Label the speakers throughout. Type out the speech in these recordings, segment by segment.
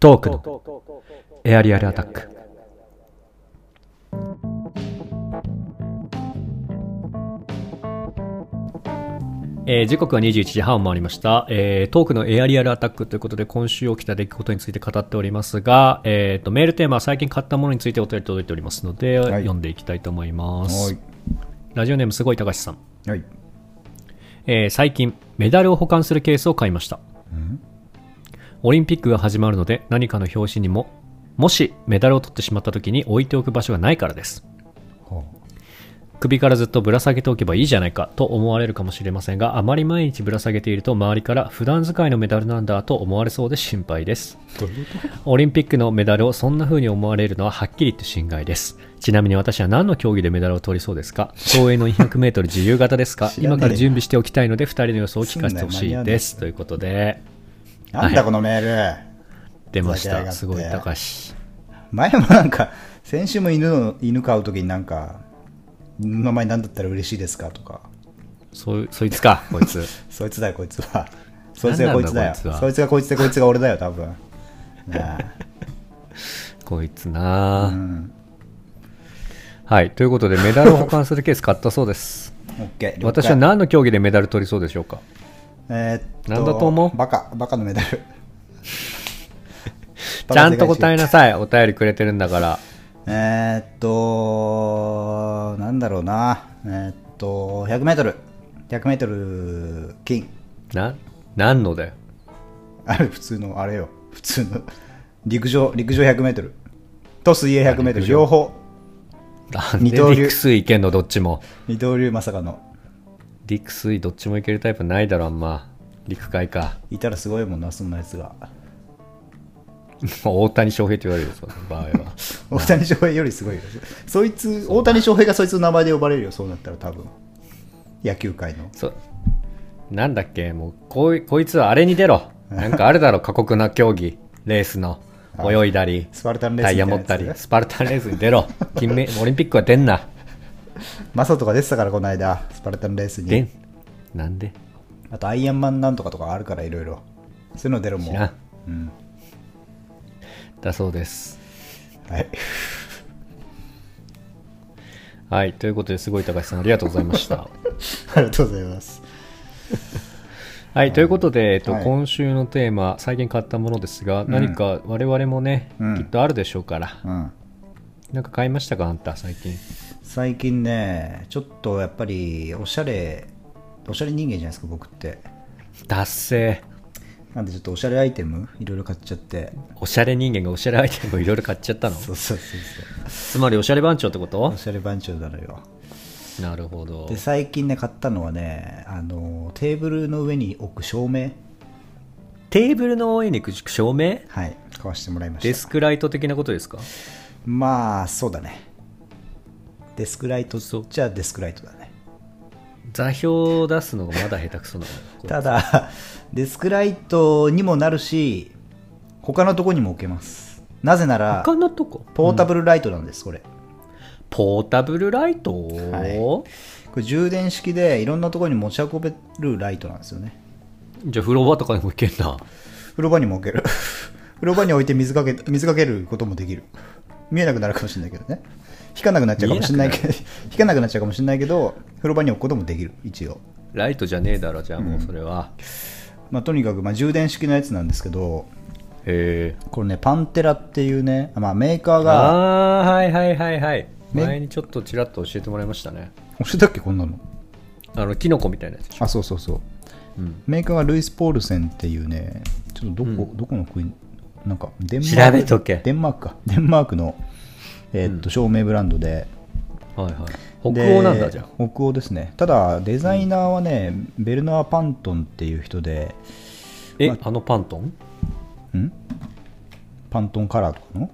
Speaker 1: トークのエアリアルアタックえー時刻は21時半を回りました、えートークのエアリアルアタックということで今週起きた出来事について語っておりますが、えー、とメールテーマは最近買ったものについてお便り届いておりますので、
Speaker 2: い
Speaker 1: 読んでいきたいと思います、
Speaker 2: はい。
Speaker 1: ラジオネームすごい高橋さん
Speaker 2: はい。
Speaker 1: えー最近メダルを保管するケースを買いましたオリンピックが始まるので何かの表紙にももしメダルを取ってしまった時に置いておく場所がないからです
Speaker 2: は
Speaker 1: 首からずっとぶら下げておけばいいじゃないかと思われるかもしれませんがあまり毎日ぶら下げていると周りから普段使いのメダルなんだと思われそうで心配です
Speaker 2: あ、どういうこ
Speaker 1: オリンピックのメダルをそんな風に思われるのははっきり言って心外です。ちなみに私は何の競技でメダルを取りそうですか競泳の200メートル自由形ですか
Speaker 2: 知らねえよ
Speaker 1: 今から準備しておきたいので2人の予想を聞かせてほしいです。
Speaker 2: す
Speaker 1: ということで、
Speaker 2: となんだこのメー
Speaker 1: 出まし
Speaker 2: ふざけやが
Speaker 1: た。
Speaker 2: って
Speaker 1: すごい高橋。
Speaker 2: ル。前もなんか、先週も犬の、犬飼うときになんか、犬の名前なんだったら嬉しいですかとか、
Speaker 1: そ、そいつか、こいつ。
Speaker 2: そいつだよ、こいつ は。そいつがこいつだ
Speaker 1: なんな
Speaker 2: よ。
Speaker 1: んだこいつは
Speaker 2: そいつがこいつでこいつが俺だよ、多分。なあ
Speaker 1: こいつ
Speaker 2: う
Speaker 1: なあ
Speaker 2: ん。
Speaker 1: はい。ということで、メダルを保管するケース買ったそうです。
Speaker 2: オッケ ー。了解
Speaker 1: 私は、何の競技でメダル取りそうでしょうか
Speaker 2: えーっと、
Speaker 1: なんだと思う
Speaker 2: バカ、バカのメダル。
Speaker 1: ちゃんと答えな
Speaker 2: さい。
Speaker 1: さい。お便りくれてるんだから。
Speaker 2: えーっと、なんだろうな。えーっと、100メートル。100メートル金。
Speaker 1: な、何のだよ。
Speaker 2: あ れ、普通の、あれよ。普通の。陸上、陸上100メートル。と水泳100メートル。両方。
Speaker 1: なんで
Speaker 2: 二刀流
Speaker 1: リックスイけんのどっちも。
Speaker 2: 二刀流まさかの。
Speaker 1: 陸水どっちもいけるタイプないだろあんま陸海か
Speaker 2: いたらすごいもんな、そんなやつが。
Speaker 1: 大谷翔平って言われるよその場合は
Speaker 2: 大谷翔平よりすごいよ。そいつ、大谷翔平がそいつの名前で呼ばれるよ、そうなったら多分。野球界の。
Speaker 1: そうなんだっけもうこいこいつはあれに出ろなんかあるだろ過酷な競技レースの
Speaker 2: あ
Speaker 1: 泳いだり
Speaker 2: スパルタンレース
Speaker 1: タイヤ持ったりスパルタンレースに出 ろ金メオリンピックは出んな
Speaker 2: マサとか出てたから、この間、スパルタンレース
Speaker 1: 出
Speaker 2: に
Speaker 1: ん。なんで
Speaker 2: あと、アイアンマンなんとかとかあるから、いろいろ。そういうの出るも
Speaker 1: 知
Speaker 2: ん。
Speaker 1: らん
Speaker 2: うん。
Speaker 1: だそうです
Speaker 2: はい。
Speaker 1: はいということですごい高橋さんありがとうございました
Speaker 2: ありがとうございます。
Speaker 1: はいということで、えっと
Speaker 2: はい
Speaker 1: 今週のテーマ最近買ったものですが、何か我々もね、
Speaker 2: うん
Speaker 1: きっとあるでしょうから
Speaker 2: うん。
Speaker 1: なんか買いましたかあんた最近
Speaker 2: 最近ね、ちょっとやっぱり、おしゃれ、おしゃれ人間じゃないですか、僕って。
Speaker 1: 達成
Speaker 2: なんで、ちょっとおしゃれアイテム、いろいろ買っちゃって。
Speaker 1: おしゃれ人間がおしゃれアイテムをいろいろ買っちゃったの
Speaker 2: そうそうそうそ
Speaker 1: つまりおしゃれ番長ってこ
Speaker 2: う。
Speaker 1: と
Speaker 2: おしゃれ番長なのよ。
Speaker 1: なるほど
Speaker 2: で、最近ね、買ったのはね、あの、テーブルの上に置く照明。
Speaker 1: テーブルの上に行く照明
Speaker 2: はい。買わしてもらいました。
Speaker 1: デスクライト的なことですか
Speaker 2: まあ、そうだね。デスクライトじゃあデスクライトだね。
Speaker 1: 座標を出すのがまだ下手くそなの
Speaker 2: ただ、デスクライトにもなるし、他のとこにも置けます。なぜなら、
Speaker 1: 他のとこ
Speaker 2: ポータブルライトなんです、これ。
Speaker 1: ポータブルライト、
Speaker 2: はこれ充電式でいろんなところに持ち運べるライトなんですよね。
Speaker 1: じゃあ風呂場とかでもいけんな
Speaker 2: 風呂場にも置ける。 風呂場に置いて水かけ、水かけることもできる。見えなくなるかもしれないけどね。引かなくなっちゃうかもしれないけど、引かなくなっちゃうかもしれないけど、風呂場に置くこともできる、一応。
Speaker 1: ライトじゃねえだろじゃあもうそれは、
Speaker 2: まあ、とにかく、まあ、充電式のやつなんですけど、
Speaker 1: へえ
Speaker 2: これね、パンテラっていうね、まあ、メーカーが、
Speaker 1: ああーはいはいはいはい
Speaker 2: ね
Speaker 1: 前にちょっとちらっと教えてもらいましたね
Speaker 2: 押してたっけ、こんなの。
Speaker 1: あのキノコみたいなやつでしょ
Speaker 2: あ、そうそうそう。
Speaker 1: うん
Speaker 2: メーカーがルイス・ポールセンっていうね、ちょっとどこ,、どこの国、なんかデンマーク、
Speaker 1: 調べとけ
Speaker 2: デンマークか、デンマークの、えーっと照明ブランドで、
Speaker 1: はいはい、北欧なんだ
Speaker 2: で
Speaker 1: じゃん
Speaker 2: 北欧ですね、ただデザイナーはね、ベルナー・パントンっていう人で、
Speaker 1: え、
Speaker 2: ま
Speaker 1: あ、のパントン
Speaker 2: んパントンカラーとかの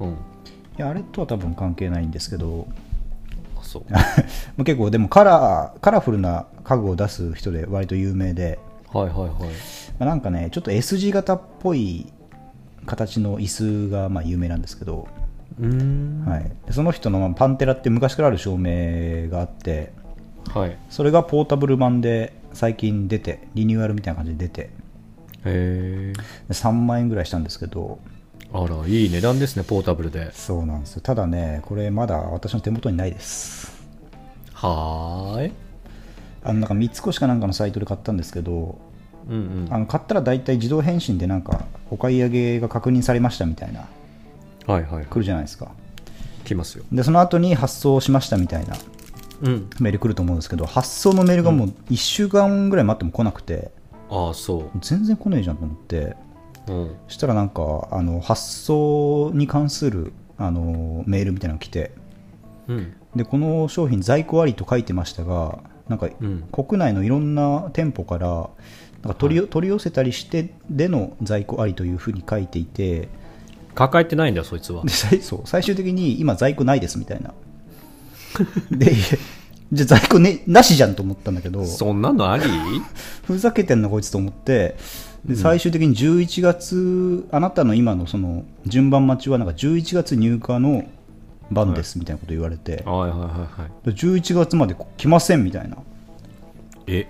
Speaker 1: うん
Speaker 2: いやあれとは多分関係ないんですけど、
Speaker 1: あそう
Speaker 2: まあ結構でもカラー、カラフルな家具を出す人で割と有名で、
Speaker 1: はいはいはい
Speaker 2: まあなんかね、ちょっと S 字型っぽい形の椅子がまあ有名なんですけど、
Speaker 1: うーん
Speaker 2: はい、でその人のまあパンテラって昔からある照明があって
Speaker 1: はいへ
Speaker 2: それがポータブル版で最近出てリニューアルみたいな感じで出て
Speaker 1: へえ
Speaker 2: 3万円ぐらいしたんですけど
Speaker 1: あらいい値段ですねポータブルで
Speaker 2: そうなんですよただねこれまだ私の手元にないです
Speaker 1: はーい
Speaker 2: あのなんか3つ越かなんかのサイトで買ったんですけど
Speaker 1: うんうん
Speaker 2: あの買ったら大体自動返信でなんかお買い上げが確認されましたみたいな
Speaker 1: はいはい
Speaker 2: 来るじゃないですか
Speaker 1: 来ますよ
Speaker 2: でその後に発送しましたみたいな
Speaker 1: うん
Speaker 2: メール来ると思うんですけど発送のメールがもう1週間ぐらい待っても来なくて、
Speaker 1: ああそ
Speaker 2: 全然来ねえじゃんと思って
Speaker 1: ううん
Speaker 2: そしたらなんかあの発送に関するあのメールみたいなのが来て
Speaker 1: うん
Speaker 2: でこの商品在庫ありと書いてましたがなんか
Speaker 1: うん
Speaker 2: 国内のいろんな店舗からなんか取り,、取り寄せたりしてでの在庫ありというふうに書いていて
Speaker 1: 抱えてないんだよそいつは
Speaker 2: で最そう最終的に今在庫ないですみたいなでいやじゃあ在庫、ね、なしじゃんと思ったんだけ ど
Speaker 1: そんなのあり
Speaker 2: ふざけてんなこいつと思ってで最終的に11月、あなたの今のその順番待ちはなんか11月入荷の番ですみたいなこと言われて、
Speaker 1: はいはいはいはい
Speaker 2: 11月まで来ませんみたいな
Speaker 1: え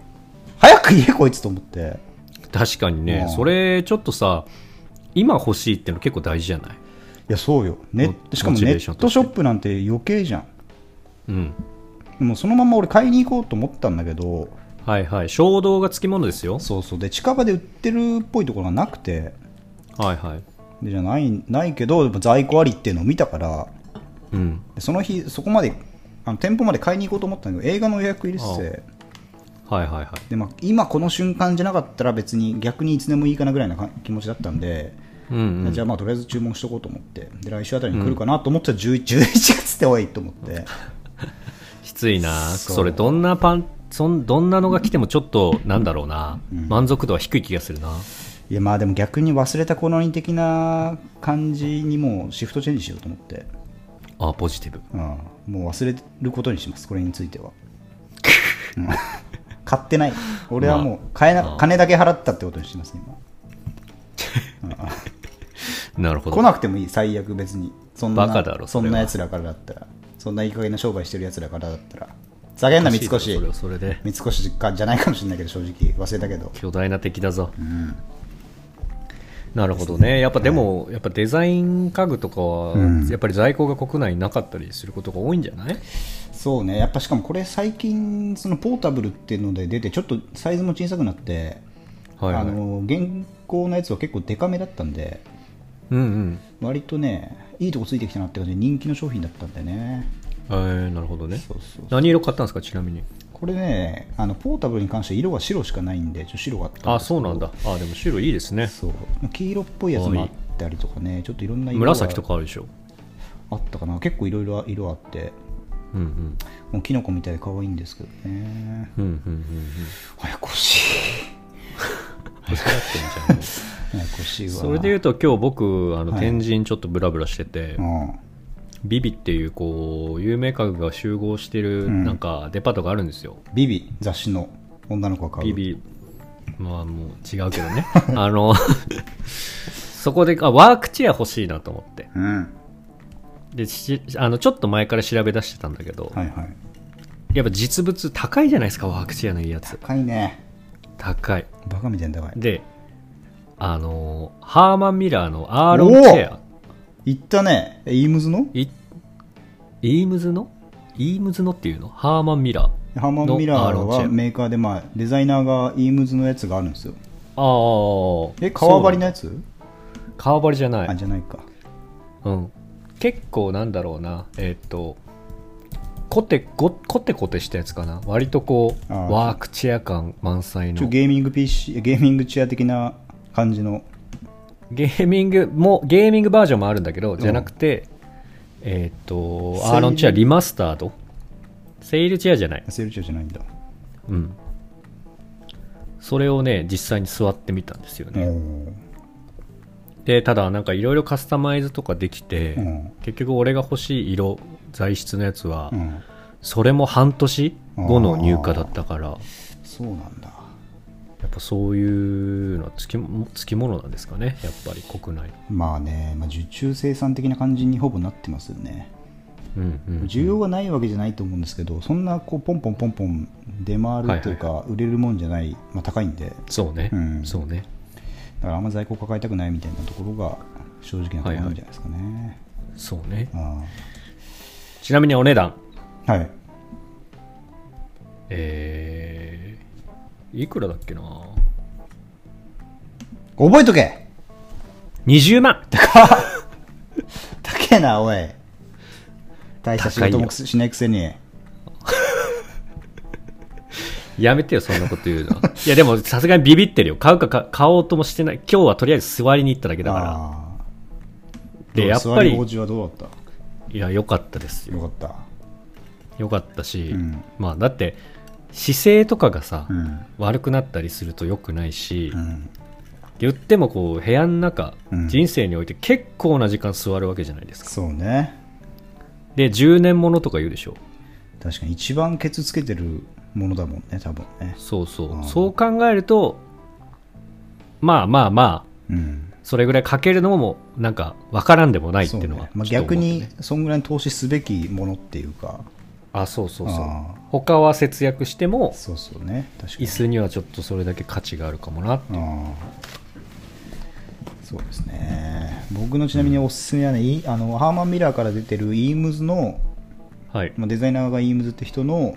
Speaker 2: 早く言えこいつと思って
Speaker 1: 確かにね
Speaker 2: うん
Speaker 1: それちょっとさ今欲しいっての結構大事じゃない
Speaker 2: いやそうよ、ね
Speaker 1: モ、
Speaker 2: しかも
Speaker 1: モチ
Speaker 2: ネ
Speaker 1: ベーショ
Speaker 2: ッ
Speaker 1: ン
Speaker 2: ト
Speaker 1: として
Speaker 2: ショップなんて余計じゃ
Speaker 1: うん
Speaker 2: んもうそのまま俺買いに行こうと思ったんだけど
Speaker 1: はいはい衝動がつきものですよ
Speaker 2: そうそうで近場で売ってるっぽいところがなくて
Speaker 1: はいはい
Speaker 2: でじゃないないけどやっぱ在庫ありっていうのを見たから
Speaker 1: うん
Speaker 2: でその日そこまであの店舗まで買いに行こうと思ったんだけど映画の予約入れてて
Speaker 1: はいはいはい
Speaker 2: で、まあ、今この瞬間じゃなかったら別に逆にいつでもいいかなぐらいなか気持ちだったんで、
Speaker 1: うんうん
Speaker 2: じゃあまあとりあえず注文しとこうと思ってで来週あたりに来るかなと思ってたら11 11月っておいと思って
Speaker 1: きついな
Speaker 2: そ
Speaker 1: そうれどんなパンそんどんなのが来てもちょっとなんだろうな、満足度は低い気がするない
Speaker 2: やまあでも逆に忘れたこの人的な感じにもうシフトチェンジしようと思って、
Speaker 1: あポジティブ
Speaker 2: うん、もう忘れることにしますこれについ ては、うん買ってない俺はもう買えな、
Speaker 1: まあ
Speaker 2: 金だけ払ったってことにします今
Speaker 1: なるほ
Speaker 2: 来
Speaker 1: ど
Speaker 2: なくてもいい最悪別にそんな
Speaker 1: バカだろ
Speaker 2: そ
Speaker 1: それは
Speaker 2: んなやつらからだったらそんないい加減な商売してるやつらからだったらざけんな三越
Speaker 1: おかしいだろそれはそれで
Speaker 2: 三越かじゃないかもしれないけど正直忘れたけど
Speaker 1: 巨大な敵だぞ、なるほどねやっぱでも、やっぱデザイン家具とかは、
Speaker 2: うん
Speaker 1: やっぱり在庫が国内になかったりすることが多いんじゃない
Speaker 2: そうねやっぱしかもこれ最近そのポータブルっていうので出てちょっとサイズも小さくなって
Speaker 1: はいはい
Speaker 2: あの現行のやつは結構デカめだったんで
Speaker 1: うんうん
Speaker 2: 割とねいいとこついてきたなって感じで人気の商品だったんでね
Speaker 1: えー、なるほどね
Speaker 2: そうそう
Speaker 1: 何色買ったんですかちなみに
Speaker 2: これねあのポータブルに関して色は白しかないんでちょっと白があった
Speaker 1: あそうなんだあでも白いいですね
Speaker 2: そう黄色っぽいやつもあったりとかねちょっといろんな色が
Speaker 1: 紫とかあるでしょ
Speaker 2: あったかな結構いろいろ色あって
Speaker 1: うんうん
Speaker 2: もうキノコみたいで可愛いんですけどね
Speaker 1: うんうんうんうん
Speaker 2: ややこし
Speaker 1: 欲しくなってんじゃんもう
Speaker 2: いややこしいわ
Speaker 1: それで言うと今日僕あの
Speaker 2: はい
Speaker 1: 天神ちょっとブラブラしてて、
Speaker 2: うん
Speaker 1: ビビっていうこう有名家具が集合してる
Speaker 2: ん
Speaker 1: なんかデパートがあるんですよ、
Speaker 2: ビビ雑誌の女の子が買う
Speaker 1: ビビまあもう違うけど ねあの そこであワークチェア欲しいなと思って
Speaker 2: うん
Speaker 1: でしあのちょっと前から調べ出してたんだけど、
Speaker 2: はいはい
Speaker 1: やっぱ実物高いじゃないですかワークチェアのいいやつ
Speaker 2: 高いね
Speaker 1: 高い
Speaker 2: バカみたいに高い
Speaker 1: であのハーマン・ミラーのアーロンチェア
Speaker 2: 行ったねえイームズの
Speaker 1: いイームズのイームズのっていうのハーマン・ミラー
Speaker 2: ハーマンミラー
Speaker 1: のアーロンチェ
Speaker 2: は
Speaker 1: ア
Speaker 2: メーカーで、まあ、デザイナーがイームズのやつがあるんですよ
Speaker 1: ああ
Speaker 2: え革張り
Speaker 1: ね
Speaker 2: のやつ
Speaker 1: 革張りじゃな
Speaker 2: あ
Speaker 1: い、
Speaker 2: じゃないか
Speaker 1: うん、結構なんだろうなえーっとコテごコテコテしたやつかな割とこう
Speaker 2: あー
Speaker 1: ワークチェア感満載
Speaker 2: ちょ
Speaker 1: のゲ
Speaker 2: ゲーミング PC ゲーミングチェア的な感じの
Speaker 1: ーミングもゲーミングバージョンもあるんだけどじゃなくて、えーっと
Speaker 2: セール
Speaker 1: アーロンチェアリマスタードセールチェアじゃない
Speaker 2: SL チェアじゃないんだ
Speaker 1: うんそれをね実際に座ってみたんですよ
Speaker 2: お
Speaker 1: ね、
Speaker 2: ー
Speaker 1: でただなんかいろいろカスタマイズとかできて、
Speaker 2: うん
Speaker 1: 結局俺が欲しい色材質のやつは、
Speaker 2: うん
Speaker 1: それも半年後の入荷だったからや
Speaker 2: そうなんだ
Speaker 1: っぱそういうのはつきもつきものなんですかねやっぱり国内
Speaker 2: まあね、まあ、受注生産的な感じにほぼなってますよね
Speaker 1: うんうん
Speaker 2: 需要がないわけじゃないと思うんですけどそんなこうポンポンポンポン出回るというか売れるもんじゃない、まあ、高いんで
Speaker 1: そうね、
Speaker 2: うん
Speaker 1: そうね
Speaker 2: だからあんま在庫抱えたくないみたいなところが正直なところなんじゃないですかね。
Speaker 1: そうね
Speaker 2: あ
Speaker 1: ちなみにお値段
Speaker 2: ーはい。
Speaker 1: えー、いくらだっけな
Speaker 2: 覚えとけ
Speaker 1: 20万
Speaker 2: 高えな、おい。大した仕事もしないくせに。
Speaker 1: やめてよそんなこと言う のいやでもさすがにビビってるよ買うかか買おうともしてない今日はとりあえず座りに行っただけだか
Speaker 2: あ
Speaker 1: ら
Speaker 2: ー
Speaker 1: でやっ
Speaker 2: 座
Speaker 1: ぱ
Speaker 2: り
Speaker 1: り
Speaker 2: 心地はどうだっ
Speaker 1: いや良かったです
Speaker 2: たよ
Speaker 1: よ
Speaker 2: かった。
Speaker 1: 良かったし、
Speaker 2: うん
Speaker 1: まあだって姿勢とかがさ、
Speaker 2: うん。
Speaker 1: 悪くなったりすると良くないし、
Speaker 2: うん。
Speaker 1: 言ってもこう部屋の中、
Speaker 2: うん
Speaker 1: 人生において結構な時間座るわけじゃないですか
Speaker 2: そうね。
Speaker 1: で10年ものとか言うでしょ
Speaker 2: 確かに一番ケツつけてるものだもんね、多分ね。
Speaker 1: そうそう、
Speaker 2: うん
Speaker 1: そう考えるとまあまあまあ
Speaker 2: うん。
Speaker 1: それぐらいかけるのもなんかわからんでもないって
Speaker 2: そう
Speaker 1: いうのは
Speaker 2: ね。まあ、
Speaker 1: ちょっと思った
Speaker 2: 逆に
Speaker 1: ね、
Speaker 2: そんぐらいに投資すべきものっていうか、
Speaker 1: あそうそうそう
Speaker 2: あー
Speaker 1: 他は節約しても
Speaker 2: そうそうね。確か
Speaker 1: 椅
Speaker 2: に。
Speaker 1: 子にはちょっとそれだけ価値があるかもな
Speaker 2: あーそうですね僕のちなみにおすすめはね、いあのハーマン・ミラーから出てるイームズの、
Speaker 1: はい
Speaker 2: まあ、デザイナーがイームズって人の、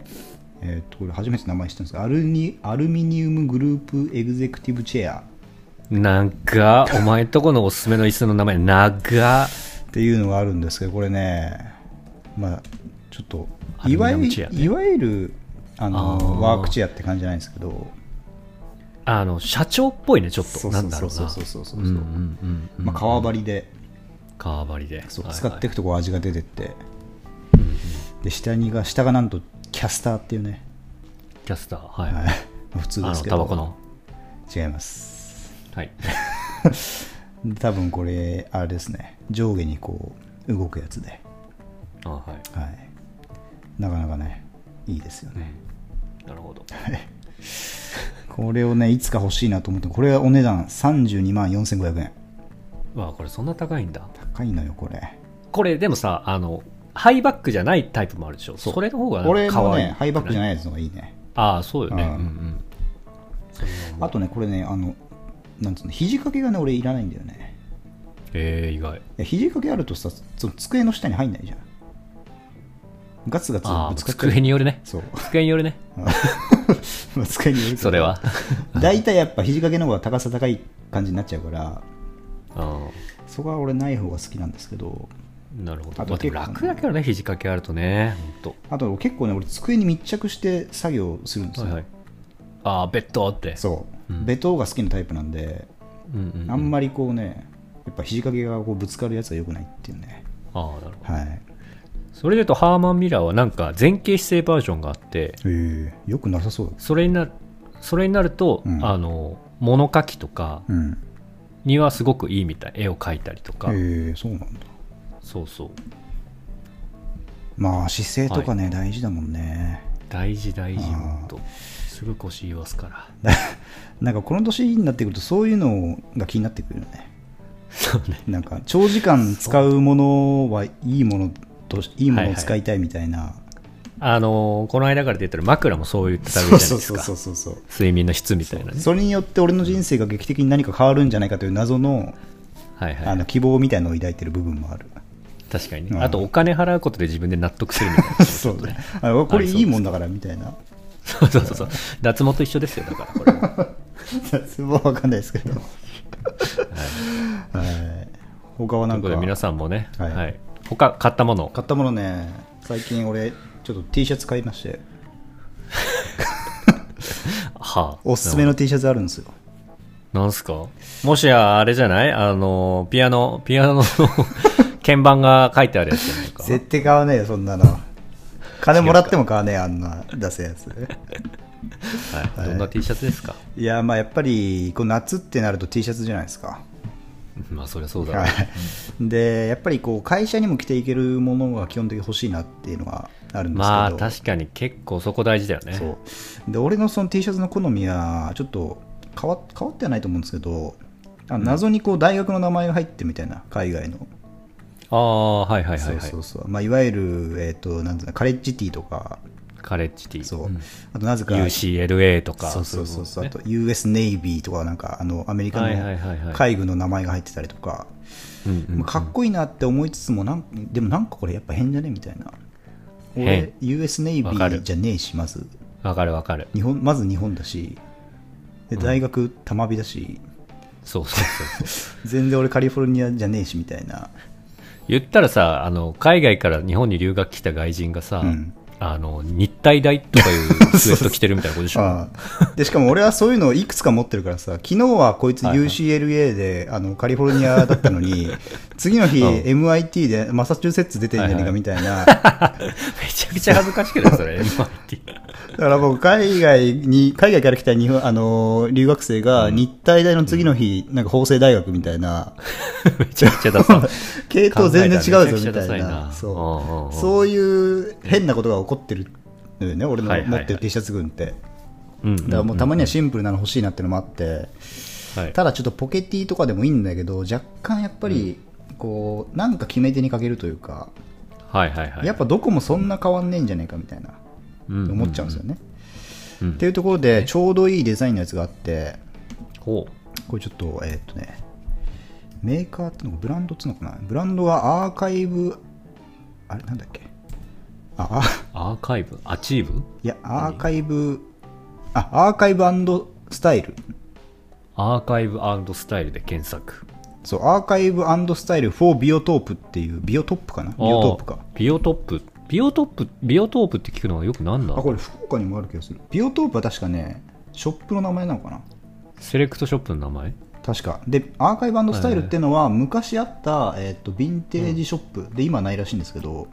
Speaker 2: えー、とこれ初めて名前知ったんですがアルニアルミニウムグループエグゼクティブチェア
Speaker 1: なんかお前んとこのおすすめの椅子の名前長っ
Speaker 2: っていうのがあるんですけどこれねまあちょっと
Speaker 1: アル
Speaker 2: い
Speaker 1: ミ
Speaker 2: わ
Speaker 1: ニウム
Speaker 2: ゆ
Speaker 1: チェアね
Speaker 2: いわゆるあの
Speaker 1: あー
Speaker 2: ワークチェアって感じじゃないんですけど
Speaker 1: あの社長っぽいねちょっと
Speaker 2: そう
Speaker 1: な
Speaker 2: そ
Speaker 1: ん
Speaker 2: う
Speaker 1: だ
Speaker 2: そ
Speaker 1: ろう
Speaker 2: うそう
Speaker 1: な
Speaker 2: そうそうそ
Speaker 1: う
Speaker 2: う
Speaker 1: んうんうんうん
Speaker 2: まあ革張りで
Speaker 1: 革張りで
Speaker 2: そう
Speaker 1: はいはい
Speaker 2: 使っていくとこう味が出てって、で下にが下がなんとキャスターっていうね、
Speaker 1: キャスターはい、
Speaker 2: はいまあ普通
Speaker 1: あ
Speaker 2: で
Speaker 1: の
Speaker 2: すけ
Speaker 1: タ
Speaker 2: ど
Speaker 1: バコの
Speaker 2: 違います
Speaker 1: はい
Speaker 2: 多分これあれですね上下にこう動くやつで、
Speaker 1: あはい
Speaker 2: はい、なかなかねいいですよね
Speaker 1: なるほど
Speaker 2: これをねいつか欲しいなと思ってこれはお値段32万4500円
Speaker 1: うわこれそんな高いんだ
Speaker 2: 高いのよこれ
Speaker 1: これでもさあのハイバックじゃないタイプもあるでしょそれの方がなんか
Speaker 2: 俺
Speaker 1: 可
Speaker 2: も
Speaker 1: 愛い
Speaker 2: ねハイバックじゃないやつの方がいいね
Speaker 1: ああそうよね
Speaker 2: う
Speaker 1: うんんうんそれはもう
Speaker 2: あとねこれねあのなんつうの肘掛けがね俺いらないんだよね
Speaker 1: えー、意外
Speaker 2: いや肘掛けあるとさその机の下に入んないじゃんガツガツ
Speaker 1: ああ
Speaker 2: ぶつかっちゃう
Speaker 1: 机によるね
Speaker 2: そう
Speaker 1: 机によるね
Speaker 2: まあ机によるけど
Speaker 1: それは
Speaker 2: 大体やっぱ肘掛けの方が高さ高い感じになっちゃうから
Speaker 1: あ
Speaker 2: そこは俺ない方が好きなんですけど
Speaker 1: あなるほど
Speaker 2: あと
Speaker 1: まあでも楽だけどね肘掛けあるとね本
Speaker 2: あと結構ね俺机に密着して作業するんです
Speaker 1: 当
Speaker 2: よ、
Speaker 1: はいはいああベッドって
Speaker 2: そう、
Speaker 1: うん
Speaker 2: ベトが好きなタイプなんで
Speaker 1: うんうんうん
Speaker 2: あんまりこうねやっぱ肘掛けがこうぶつかるやつは良くないっていうね
Speaker 1: ああなるほど
Speaker 2: はいへ
Speaker 1: それで言うとハーマン・ミラーはなんか前傾姿勢バージョンがあって
Speaker 2: えよくなさそうだ
Speaker 1: それになるそれになると、
Speaker 2: うん
Speaker 1: あの物書きとか
Speaker 2: うん
Speaker 1: にはすごくいいみたい絵を描いたりとか、
Speaker 2: へえそうなんだ
Speaker 1: そうそう
Speaker 2: まあ姿勢とかね、大事だもんね
Speaker 1: 大事大事
Speaker 2: あー
Speaker 1: ほんとすぐ腰言わすから
Speaker 2: なんかこの年になってくるとそういうのが気になってくるよね
Speaker 1: そうね
Speaker 2: なんか長時間使うものはいいものとしいいもの
Speaker 1: はい
Speaker 2: を
Speaker 1: はい
Speaker 2: 使いたいみたいな、
Speaker 1: あのーこの間から出てる枕もそういった類じゃな
Speaker 2: そう
Speaker 1: いです
Speaker 2: そ
Speaker 1: か
Speaker 2: うそうそうそうそう
Speaker 1: 睡眠の質みたいなね
Speaker 2: それによって俺の人生が劇的に何か変わるんじゃないかという謎の
Speaker 1: はいは
Speaker 2: あ
Speaker 1: い
Speaker 2: の希望みたいのを抱いてる部分もあ る
Speaker 1: 確かに
Speaker 2: う
Speaker 1: ね
Speaker 2: ん
Speaker 1: あとお金払うことで自分で納得するみ たいな
Speaker 2: そうねあこれ
Speaker 1: ありそうです
Speaker 2: いいもんだからみたいな
Speaker 1: そうそうそうそう脱毛と一緒ですよだからこれも
Speaker 2: それは分かんないですけどはい他は
Speaker 1: と
Speaker 2: ない
Speaker 1: うんこ
Speaker 2: か
Speaker 1: とで皆さんもね、
Speaker 2: は
Speaker 1: はいい他買ったもの
Speaker 2: 買ったものね最近俺ちょっと T シャツ買いまして
Speaker 1: はあ
Speaker 2: おすすめの T シャツあるんですよ
Speaker 1: なんすかもしやあれじゃないあのーピアノピアノの 鍵盤が書いてあるやつじゃないか
Speaker 2: 絶対買わねえよそんなの金もらっても買わねえよあんな出せやつ
Speaker 1: はい、どんな T シャツですか、
Speaker 2: いやまあやっぱりこう夏ってなると T シャツじゃないですか
Speaker 1: まあそりゃそうだろう、
Speaker 2: はい、でやっぱりこう会社にも着ていけるものが基本的に欲しいなっていうのがあるんですけど、
Speaker 1: まあ確かに結構そこ大事だよね
Speaker 2: そうで俺のその T シャツの好みはちょっと変わ変わってはないと思うんですけどあの謎にこう大学の名前が入ってるみたいな海外の、
Speaker 1: ああはいはいはいはい
Speaker 2: そうそうそう、まあ、いわゆる、えー、となんていうのカレッジティーとか
Speaker 1: カレッジ T、
Speaker 2: そう、
Speaker 1: うん
Speaker 2: あとなぜか
Speaker 1: UCLA とか、
Speaker 2: そうそうそうそう、
Speaker 1: い
Speaker 2: あと US ネイビーとかなんかあのアメリカ
Speaker 1: はいはいはいは
Speaker 2: の
Speaker 1: い
Speaker 2: 海軍の名前が入ってたりと
Speaker 1: こ
Speaker 2: か、
Speaker 1: とねうんうん
Speaker 2: まあかっこいいなって思いつつもなんでもなんかこれやっぱ変じゃねみたいな
Speaker 1: 変
Speaker 2: 俺 US ネイビ
Speaker 1: わかる
Speaker 2: ーじゃねえしまず
Speaker 1: わかるわかる。
Speaker 2: 日本まず日本だしで大学玉美だし、
Speaker 1: そうそうそうそう。
Speaker 2: 全然俺カリフォルニアじゃねえしみたい な
Speaker 1: 言ったらさ、あの、海外から日本に留学来た外人がさ、
Speaker 2: うん
Speaker 1: あの、日体大とかいうスウェット着てるみたいなことでしょ。
Speaker 2: ああでしかも俺はそういうのをいくつか持ってるからさ 昨日はこいつ
Speaker 1: はいはい
Speaker 2: UCLA であのカリフォルニアだったの に次の日
Speaker 1: うん
Speaker 2: MIT でマサチューセッツ出てんじゃねえかみたいな、
Speaker 1: めちゃくちゃ恥ずかしくないそ れ、MIT。
Speaker 2: だから僕海外に海外から来た日本あの留学生が日体大の次の日、なんか法政大学みたいな
Speaker 1: めちゃくちゃダ サい。
Speaker 2: 系統全然違うぞ
Speaker 1: 考えらめちゃく
Speaker 2: みたい
Speaker 1: ちゃダサい
Speaker 2: な
Speaker 1: なうんうん
Speaker 2: そううんそういう変なことが起こってるのよね俺
Speaker 1: は
Speaker 2: の
Speaker 1: いはい
Speaker 2: 持
Speaker 1: はい
Speaker 2: ってる T シャツ群って、
Speaker 1: うん
Speaker 2: だからもうたまにはシンプルなの欲しいなってのもあって、
Speaker 1: はい
Speaker 2: ただちょっとポケティとかでもいいんだけど若干やっぱりこうなんか決め手にかけるというか、
Speaker 1: はいはいはい。
Speaker 2: やっぱどこもそんな変わんねえんじゃないかみたいな、
Speaker 1: うん
Speaker 2: 思っちゃうんですよね、
Speaker 1: うんうん
Speaker 2: っていうところでちょうどいいデザインのやつがあって
Speaker 1: ほ
Speaker 2: これちょっとえーっとねメーカーってのかブランドってのかなブランドはアーカイブあれなんだっけあ
Speaker 1: う。
Speaker 2: あ
Speaker 1: アーカイブアチーブ
Speaker 2: いやアーカイブあアーカイブスタイル
Speaker 1: アーカイブスタイルで検索。
Speaker 2: そうアーカイブスタイル4ビオトープっていうビオトップかなビオトープか
Speaker 1: あー。ビオトップ。ビオトップ、ビオトープって聞くのはよくなんだ
Speaker 2: あこれ福岡にもある気がするビオトープは確かねショップの名前なのかな
Speaker 1: セレクトショップの名前
Speaker 2: 確かでアーカイブスタイルっていうのは昔あった、えー、とヴィンテージショップで今はないらしいんですけど、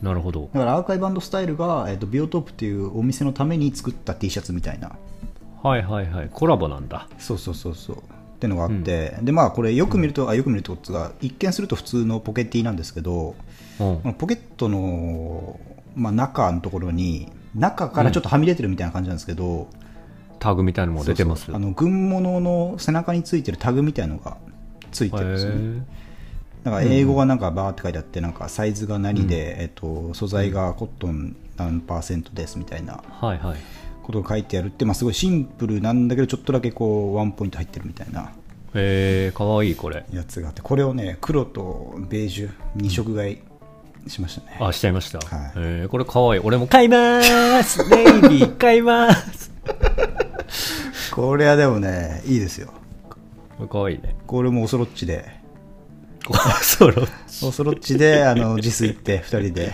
Speaker 1: なるほど。
Speaker 2: だからアーカイブスタイルが、えー、とビオトープっていうお店のために作った T シャツみたいな
Speaker 1: はいはいはい。コラボなんだ。
Speaker 2: そうそうそうそうってのがあって、でまあこれよく見ると、あよく見るとっつうか一見すると普通のポケティなんですけど
Speaker 1: うん
Speaker 2: こ。のポケットの、まあ、中のところに中からちょっとはみ出てるみたいな感じなんですけど、
Speaker 1: タグみたいなのも出てます。
Speaker 2: そうそうあの軍物の背中についてるタグみたいのがついてるんですよね
Speaker 1: へー
Speaker 2: だから英語がなんかバーって書いてあってなんかサイズが何で、えっと、素材がコットン何パーセントですみたいな
Speaker 1: はいはい。
Speaker 2: ことが書いてあるって、まあ、すごいシンプルなんだけどちょっとだけこうワンポイント入ってるみたいな
Speaker 1: えー、かわいいこれ。
Speaker 2: やつがあってこれをね黒とベージュ2色買いしましたね、
Speaker 1: あ、しちゃいました。
Speaker 2: はい
Speaker 1: えー、これかわいい。俺も買いまー すネイビー買いまーす
Speaker 2: これはでもねいいですよ
Speaker 1: これかわいいね。
Speaker 2: これもオソロッ チで
Speaker 1: ソロ。
Speaker 2: オソロッチであの自炊って2人で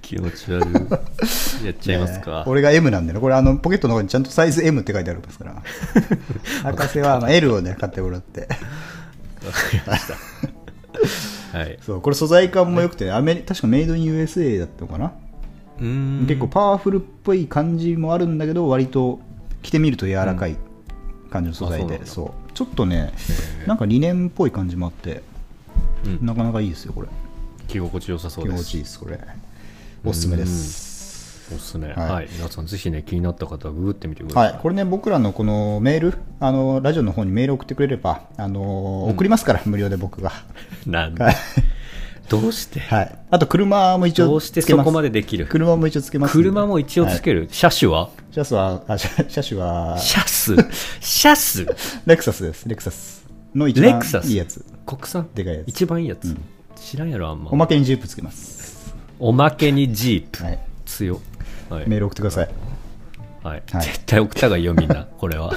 Speaker 1: 気持ち悪 い。やっちゃいます
Speaker 2: ね
Speaker 1: か。
Speaker 2: 俺が M なんだよねこれあのポケットの方にちゃんとサイズ M って書いてあるんですから 博士はまあ L をね買ってもらって
Speaker 1: わかりま した。はい。
Speaker 2: そうこれ素材感も良くて、アメリ確かメイドイン USA だったのかな、
Speaker 1: うーん。
Speaker 2: 結構パワフルっぽい感じもあるんだけど割と着てみると柔らかい感じの素材で、
Speaker 1: あ
Speaker 2: そ
Speaker 1: そう
Speaker 2: ちょっとねなんか理念っぽい感じもあって、
Speaker 1: うん
Speaker 2: なかなかいいですよこれ
Speaker 1: 着心地よさそう
Speaker 2: 気
Speaker 1: で
Speaker 2: 持
Speaker 1: す
Speaker 2: ち。いいですこれおすすめです
Speaker 1: おすすめ。
Speaker 2: はい
Speaker 1: はい。皆さんぜひね、気になった方はググってみてくださ。
Speaker 2: はいい、これね、僕らのこのメール、あのラジオの方にメール送ってくれれば、あの送りますから、無料で僕が。
Speaker 1: なん
Speaker 2: は
Speaker 1: だ。
Speaker 2: い
Speaker 1: どうして
Speaker 2: はい、あと、車も一応
Speaker 1: どうしてそこまでできる
Speaker 2: 車も一応つけますんで。
Speaker 1: 車も一応つける。車種は
Speaker 2: はいシャスは、あシャシャシュは、
Speaker 1: 車種車種
Speaker 2: レクサスです、レクサスの一
Speaker 1: レ
Speaker 2: 番
Speaker 1: クサス
Speaker 2: いいやつ。
Speaker 1: 国産
Speaker 2: でかいやつ
Speaker 1: 一番いいやつ。知らんやろ、あんま。
Speaker 2: おまけにジープつけます。
Speaker 1: おまけにジープ。
Speaker 2: はい、
Speaker 1: 強。はい。
Speaker 2: メール送ってください。
Speaker 1: はい
Speaker 2: はい
Speaker 1: 絶対送った方がいいよ、みんな。これ は。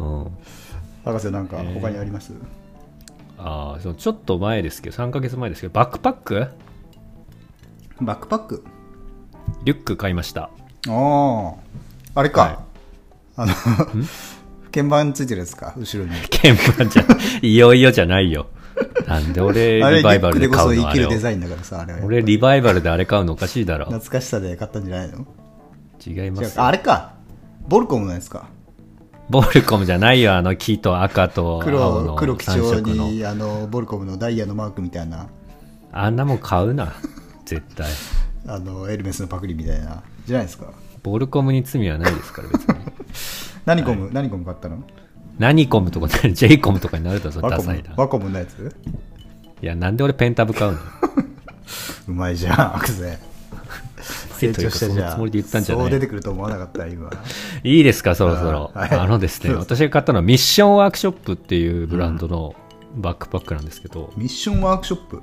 Speaker 1: うん。
Speaker 2: 博士、なんか他にあります、
Speaker 1: ああ、そのちょっと前ですけど、3ヶ月前ですけど、バックパック
Speaker 2: バックパック。
Speaker 1: リュック買いました。
Speaker 2: ああ、あれか。あの、鍵盤ついてるやつか、後ろに。
Speaker 1: 鍵盤じゃ、 いよいよじゃないよ。なんで俺、
Speaker 2: あれ、
Speaker 1: リ
Speaker 2: リ
Speaker 1: バイ
Speaker 2: ッ
Speaker 1: バ
Speaker 2: ク
Speaker 1: ル
Speaker 2: で
Speaker 1: で
Speaker 2: こ
Speaker 1: 買
Speaker 2: そう
Speaker 1: の
Speaker 2: 生
Speaker 1: あ
Speaker 2: き
Speaker 1: れ
Speaker 2: る
Speaker 1: を
Speaker 2: デ。ザインだからさ、あれはやっぱ。
Speaker 1: 俺、リバイバルであれ買うのおかしいだろ。
Speaker 2: 懐かしさで買ったんじゃないの
Speaker 1: 違いま
Speaker 2: 違う
Speaker 1: す。
Speaker 2: ああれかボルコムのやつか
Speaker 1: ボルコムじゃないよ、あの、黄と赤と青
Speaker 2: 黒
Speaker 1: の
Speaker 2: 黒基
Speaker 1: 三
Speaker 2: 調
Speaker 1: 色の。
Speaker 2: にあのボルコムのダイヤのマークみたいな
Speaker 1: あんなもん買うな。絶対。
Speaker 2: あのエルメスのパクリみたいなじゃないですか
Speaker 1: ボルコムに罪はないですから、別に。
Speaker 2: 何コム、何コム買ったの
Speaker 1: 何コムとか、 ジェイコムとかになると、それ
Speaker 2: ワ
Speaker 1: ダ
Speaker 2: コ
Speaker 1: サ
Speaker 2: ム
Speaker 1: いな。
Speaker 2: ワコムのやつ
Speaker 1: いや、なんで俺ペンタブ買うの
Speaker 2: うまいじゃんアクセ
Speaker 1: せというかそのつもりで言ったんじゃな
Speaker 2: そう出て
Speaker 1: い
Speaker 2: くると思わなかった、今。
Speaker 1: いいですかそろそろ
Speaker 2: あ
Speaker 1: あ,、
Speaker 2: はい
Speaker 1: のですね
Speaker 2: そうです
Speaker 1: 私が買ったのはミッションワークショップっていうブランドのバックパックなんですけど、
Speaker 2: ミッションワークショップ。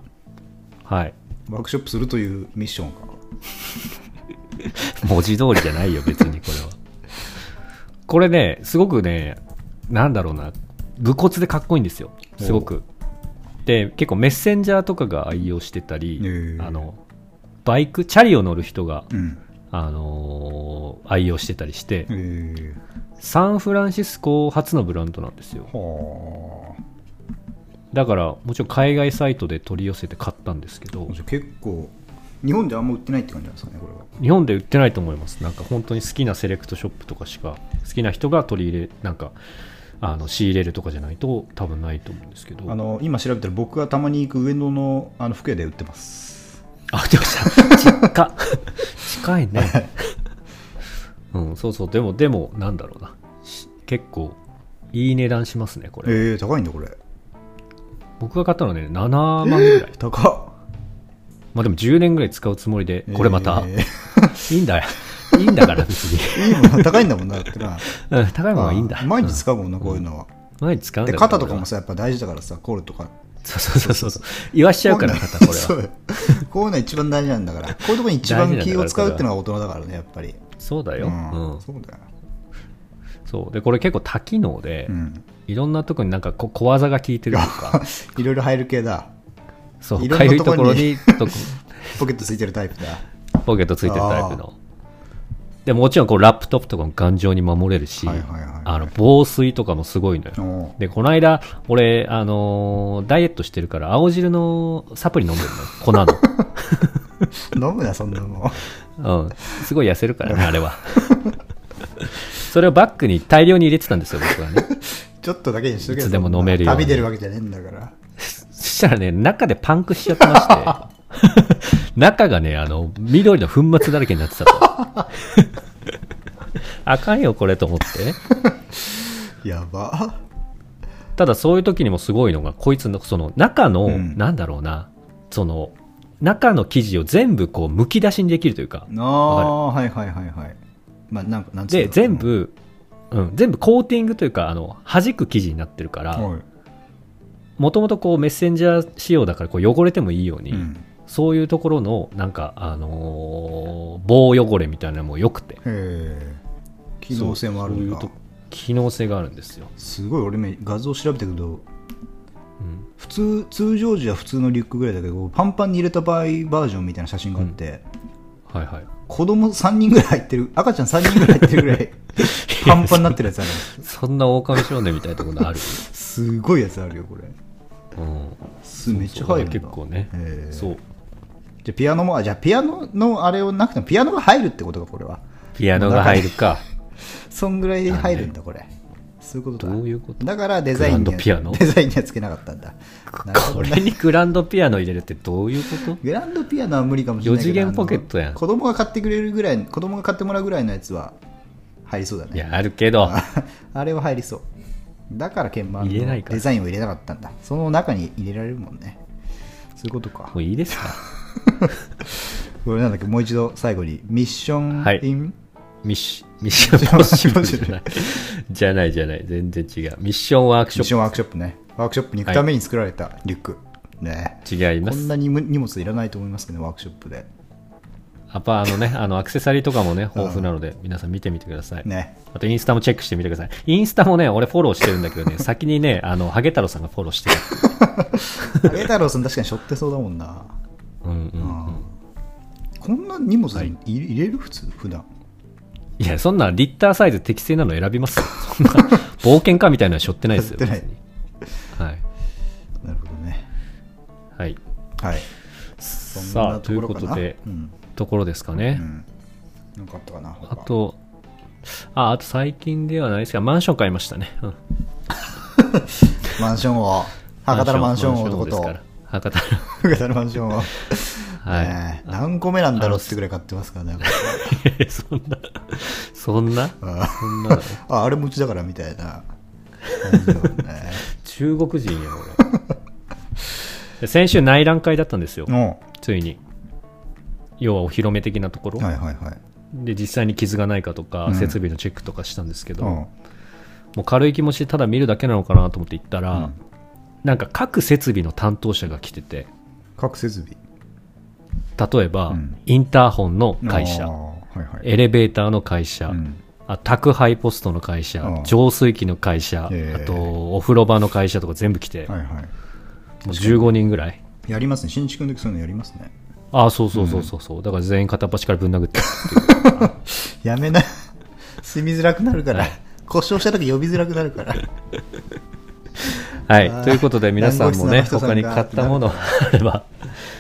Speaker 1: はい
Speaker 2: ワークショップするというミッションか。
Speaker 1: 文字通りじゃないよ別にこれはこれねすごくねなんだろうな武骨でかっこいいんですよすごくで結構メッセンジャーとかが愛用してたり、
Speaker 2: へえ
Speaker 1: あのバイクチャリを乗る人が、
Speaker 2: うん。
Speaker 1: あのー愛用してたりして
Speaker 2: えー、
Speaker 1: サンフランシスコ発のブランドなんですよ
Speaker 2: は
Speaker 1: だからもちろん海外サイトで取り寄せて買ったんですけど
Speaker 2: あ。じゃあ結構、日本であんま売ってないって感じなんですかね、これは。
Speaker 1: 日本で売ってないと思いますなんか本当に好きなセレクトショップとかしか好きな人が取り入れなんかあの仕入れるとかじゃないと多分ないと思うんですけど
Speaker 2: あの今調べたら僕がたまに行く上野のあの服屋で売ってます
Speaker 1: あでもさ 近近いね うんそうそうでもでもなんだろうなし結構いい値段しますねこれ、
Speaker 2: えー、高いんだこれ
Speaker 1: 僕が買ったのはね7万ぐらい、
Speaker 2: 高っ
Speaker 1: まあでも10年ぐらい使うつもりでこれまた、
Speaker 2: え
Speaker 1: いいんだよいいんだから別 に
Speaker 2: ーいいもん高いんだもんなだってな
Speaker 1: うん高いものはいいんだ
Speaker 2: あ毎日使うもんなこういうのは、
Speaker 1: 毎日使うんだ
Speaker 2: で
Speaker 1: よ
Speaker 2: 肩と
Speaker 1: こ
Speaker 2: か
Speaker 1: れ
Speaker 2: も
Speaker 1: は
Speaker 2: さやっぱ大事だからさコールとか
Speaker 1: そうそうそうそう言わしちゃうから肩これは
Speaker 2: そうよこういうの一番大事なんだからこういうとこに一番気を使うってのが大人だからねやっぱり
Speaker 1: そうだよ、
Speaker 2: う
Speaker 1: うんん
Speaker 2: そうだよ、
Speaker 1: そうでこれ結構多機能で、
Speaker 2: うん、
Speaker 1: いろんなとこになんかこ小技が効いてると か
Speaker 2: いろいろ入る系だ
Speaker 1: そう
Speaker 2: いろん
Speaker 1: か
Speaker 2: な
Speaker 1: ゆい
Speaker 2: と
Speaker 1: と
Speaker 2: こ
Speaker 1: こ
Speaker 2: ろ
Speaker 1: ろ
Speaker 2: に
Speaker 1: にとこ
Speaker 2: ポケットついてるタイプだ
Speaker 1: ポケットついてるタイプのでもちろんこうラップトップとかも頑丈に守れるし、
Speaker 2: はいはいはいはい
Speaker 1: あの防水とかもすごいのよ
Speaker 2: おう
Speaker 1: でこの間俺、あのーダイエットしてるから青汁のサプリ飲んでるのよ粉の
Speaker 2: 飲むなそんなもん
Speaker 1: うん、すごい痩せるから ね、あれは。それをバッグに大量に入れてたんですよ、僕はね。
Speaker 2: ちょっとだけにしとけよ
Speaker 1: いつでも飲めるように
Speaker 2: 旅出るわけじゃねえんだから
Speaker 1: そしたらね、中でパンクしちゃってまして、 中がね、あの、緑の粉末だらけになってたと。 あかんよ、これと思って。
Speaker 2: やば
Speaker 1: ただ、そういう時にもすごいのが、こいつの、その、中の、
Speaker 2: うん
Speaker 1: なんだろうな、その、中の生地を全部こう、むき出しにできるというか、
Speaker 2: ああはいはいはいはいまあなんかなんつうの
Speaker 1: で、全部、うん、全部コーティングというか、あの、弾く生地になってるから、
Speaker 2: は
Speaker 1: もともとこうメッセンジャー仕様だからこう汚れてもいいよう
Speaker 2: い
Speaker 1: に、
Speaker 2: うん
Speaker 1: そういうところのなんか、あのー棒汚れみたいなのも良くて
Speaker 2: へえ機能性もある
Speaker 1: そうそ
Speaker 2: ん
Speaker 1: うい
Speaker 2: だ
Speaker 1: うと機能性があるんですよ、
Speaker 2: すごい俺ね画像調べたけど
Speaker 1: うん
Speaker 2: 普通通常時は普通のリュックぐらいだけどパンパンに入れた場合バージョンみたいな写真があって、
Speaker 1: はいはい
Speaker 2: 子供3人ぐらい入ってる赤ちゃん3人ぐらい入ってるぐら いパンパンになってるやつある
Speaker 1: そんな狼少年みたいなとこ ろある、
Speaker 2: すごいやつあるよこれ
Speaker 1: うん、
Speaker 2: すめっちゃ入るんだ
Speaker 1: 結構ね
Speaker 2: へえ
Speaker 1: そう
Speaker 2: じゃあピアノもあじゃあピアノのあれをなくてもピアノが入るってことかこれは
Speaker 1: ピアノが入るか
Speaker 2: そんぐらい入るんだこれそういうことだ
Speaker 1: どういうこと
Speaker 2: だからデザイン
Speaker 1: グ
Speaker 2: に
Speaker 1: ランドピアノ
Speaker 2: デザインにはつけなかったんだなるほ
Speaker 1: こ
Speaker 2: どね
Speaker 1: れにグランドピアノ入れるってどういう こと
Speaker 2: グランドピアノは無理かもしれないけど
Speaker 1: 四次元ポケットやん
Speaker 2: あの子供が買ってくれるぐらい子供が買ってもらうぐらいのやつは入りそうだ
Speaker 1: い
Speaker 2: ね
Speaker 1: やあるけど
Speaker 2: あれは入りそうだから鍵盤の
Speaker 1: 入れないから
Speaker 2: デザインを入れなかったんだその中に入れられるもんねそういうことか
Speaker 1: もういいですか
Speaker 2: これなんだっけもう一度最後にミッション
Speaker 1: はい
Speaker 2: イン、
Speaker 1: ミッシミッション ポッシブルじゃないじゃないじゃない全然違うミッションワークシ
Speaker 2: ミッシ
Speaker 1: ョ
Speaker 2: ョンワークショップねワークショップに行くために作られたリュック、ね
Speaker 1: ップ違いま
Speaker 2: こ
Speaker 1: す
Speaker 2: んなにむ荷物いらないと思いますけどねワークショップで
Speaker 1: やっぱあの ね、あのアクセサリーとかもね、豊富なので、皆さん見てみてください。
Speaker 2: ね
Speaker 1: あとインスタもチェックしてみてください。インスタもね、俺フォローしてるんだけ どね、先にね、あの、ハゲ太郎さんがフォローしてる。
Speaker 2: あれ太郎さん確かに背負ってそうだもんな
Speaker 1: うんうん。
Speaker 2: こんな荷物い入れる普通普段
Speaker 1: いや、そんなリッターサイズ適正なの選び ますそんな、冒険家みたいなのは背負ってないですよ。
Speaker 2: 背負ってない
Speaker 1: 別にはい。
Speaker 2: なるほどね
Speaker 1: はい。
Speaker 2: はいそん
Speaker 1: さ
Speaker 2: な
Speaker 1: あ、と
Speaker 2: と
Speaker 1: い
Speaker 2: こ
Speaker 1: う
Speaker 2: ろ
Speaker 1: こ
Speaker 2: か
Speaker 1: と
Speaker 2: な
Speaker 1: で、
Speaker 2: うん
Speaker 1: ところですか
Speaker 2: う
Speaker 1: ね。
Speaker 2: んなんかあったかな他
Speaker 1: あと、あ、あと最近ではないですが、マンション買いましたね。うん
Speaker 2: マンション王博多のマンション王とこ
Speaker 1: マンションです
Speaker 2: と
Speaker 1: から博多の。
Speaker 2: 博多のマンション王
Speaker 1: はい
Speaker 2: ねえ何個目なんだろうってぐらい買ってますからね
Speaker 1: いや そんな、そんな、
Speaker 2: あ
Speaker 1: そんな。
Speaker 2: ああれ持ちだからみたい な感じだもんね
Speaker 1: 中国人や 俺で先週内覧会だったんですよ
Speaker 2: も
Speaker 1: ついに要はお披露目的なところ、
Speaker 2: はいはいはい。
Speaker 1: で実際に傷がないかとか、
Speaker 2: うん
Speaker 1: 設備のチェックとかしたんですけど、
Speaker 2: うん
Speaker 1: もう軽い気持ちでただ見るだけなのかなと思って行ったら、
Speaker 2: うん
Speaker 1: なんか各設備の担当者が来てて
Speaker 2: 各設備。
Speaker 1: 例えば、
Speaker 2: うん
Speaker 1: インターホンの会
Speaker 2: あ
Speaker 1: 社
Speaker 2: ーはいはい。
Speaker 1: エレベーターの会社、
Speaker 2: うん
Speaker 1: あ宅配ポストの会社、
Speaker 2: うん
Speaker 1: 浄水器の会社、
Speaker 2: へー
Speaker 1: あとお風呂場の会社とか全部来て、
Speaker 2: はいはい。
Speaker 1: もう15人ぐらい
Speaker 2: やりますね。新築の時そういうのやりますね。
Speaker 1: ああそうそうそうそうそう、だから全員片っ端からぶん殴って
Speaker 2: やめな。 住みづらくなるから
Speaker 1: はい。
Speaker 2: 故障した時呼びづらくなる から。
Speaker 1: はい
Speaker 2: あー
Speaker 1: ということで皆さんもね
Speaker 2: 談合室の人さ
Speaker 1: 他
Speaker 2: んが
Speaker 1: に買ったものあれ ば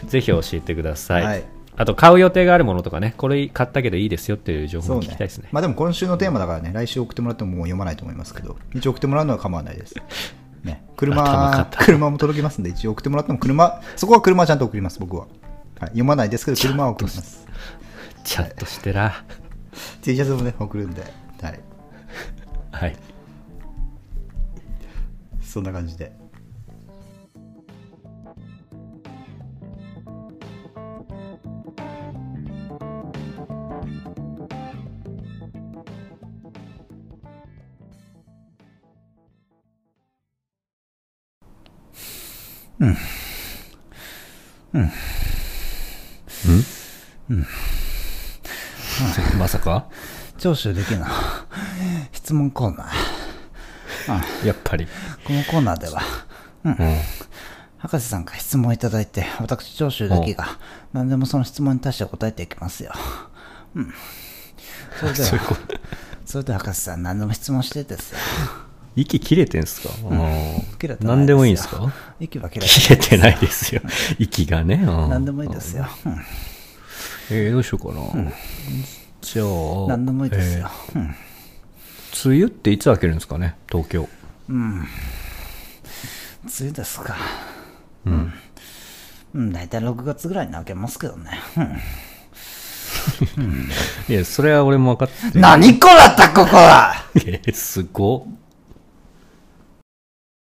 Speaker 1: ぜひ教えてください、
Speaker 2: はい
Speaker 1: あと買う予定があるものとかねこれ買ったけどいいですよっていう情報
Speaker 2: そう
Speaker 1: も聞
Speaker 2: ね。
Speaker 1: きたいですね
Speaker 2: まあでも今週のテーマだからね、来週送ってもらってももう読まないと思いますけど、一応送ってもらうのは構わない です。ね、
Speaker 1: 頭
Speaker 2: 車
Speaker 1: 固い
Speaker 2: 車も届きますんで、一応送ってもらっても車、そこは車はちゃんと送ります、僕は。はい、読まないですけど、車は送ります。
Speaker 1: ちゃんとしてら
Speaker 2: T シャツもね、送るんで、はい、
Speaker 1: はい
Speaker 2: そんな感じで。
Speaker 1: まさか
Speaker 2: 聴取できるな。 質問コ ーナー。
Speaker 1: やっぱり
Speaker 2: このコーナーでは、
Speaker 1: うん
Speaker 2: 博士さんから質問をいただいて、私、長州だけが、何でもその質問に対して答えていきますよ。うん。 それでは、それでは博士さん、何でも質問してですよ。
Speaker 1: 息切れてんすか、うん
Speaker 2: 切れてないですよ
Speaker 1: 何でもいいんす か
Speaker 2: 息は切れて
Speaker 1: 切れてないです よ。息がね。うん
Speaker 2: 何でもいいですよ。うん
Speaker 1: えーどうしようかな。じゃあ、
Speaker 2: 何でもいいですよ。うん
Speaker 1: えー梅雨っていつ明けるんですかね、東京。
Speaker 2: 梅雨ですか。うん。うん、大体6月ぐらいに開けますけどね。
Speaker 1: いや、それは俺も分かって
Speaker 2: うん。何こらったここは
Speaker 1: て。えーすごっ。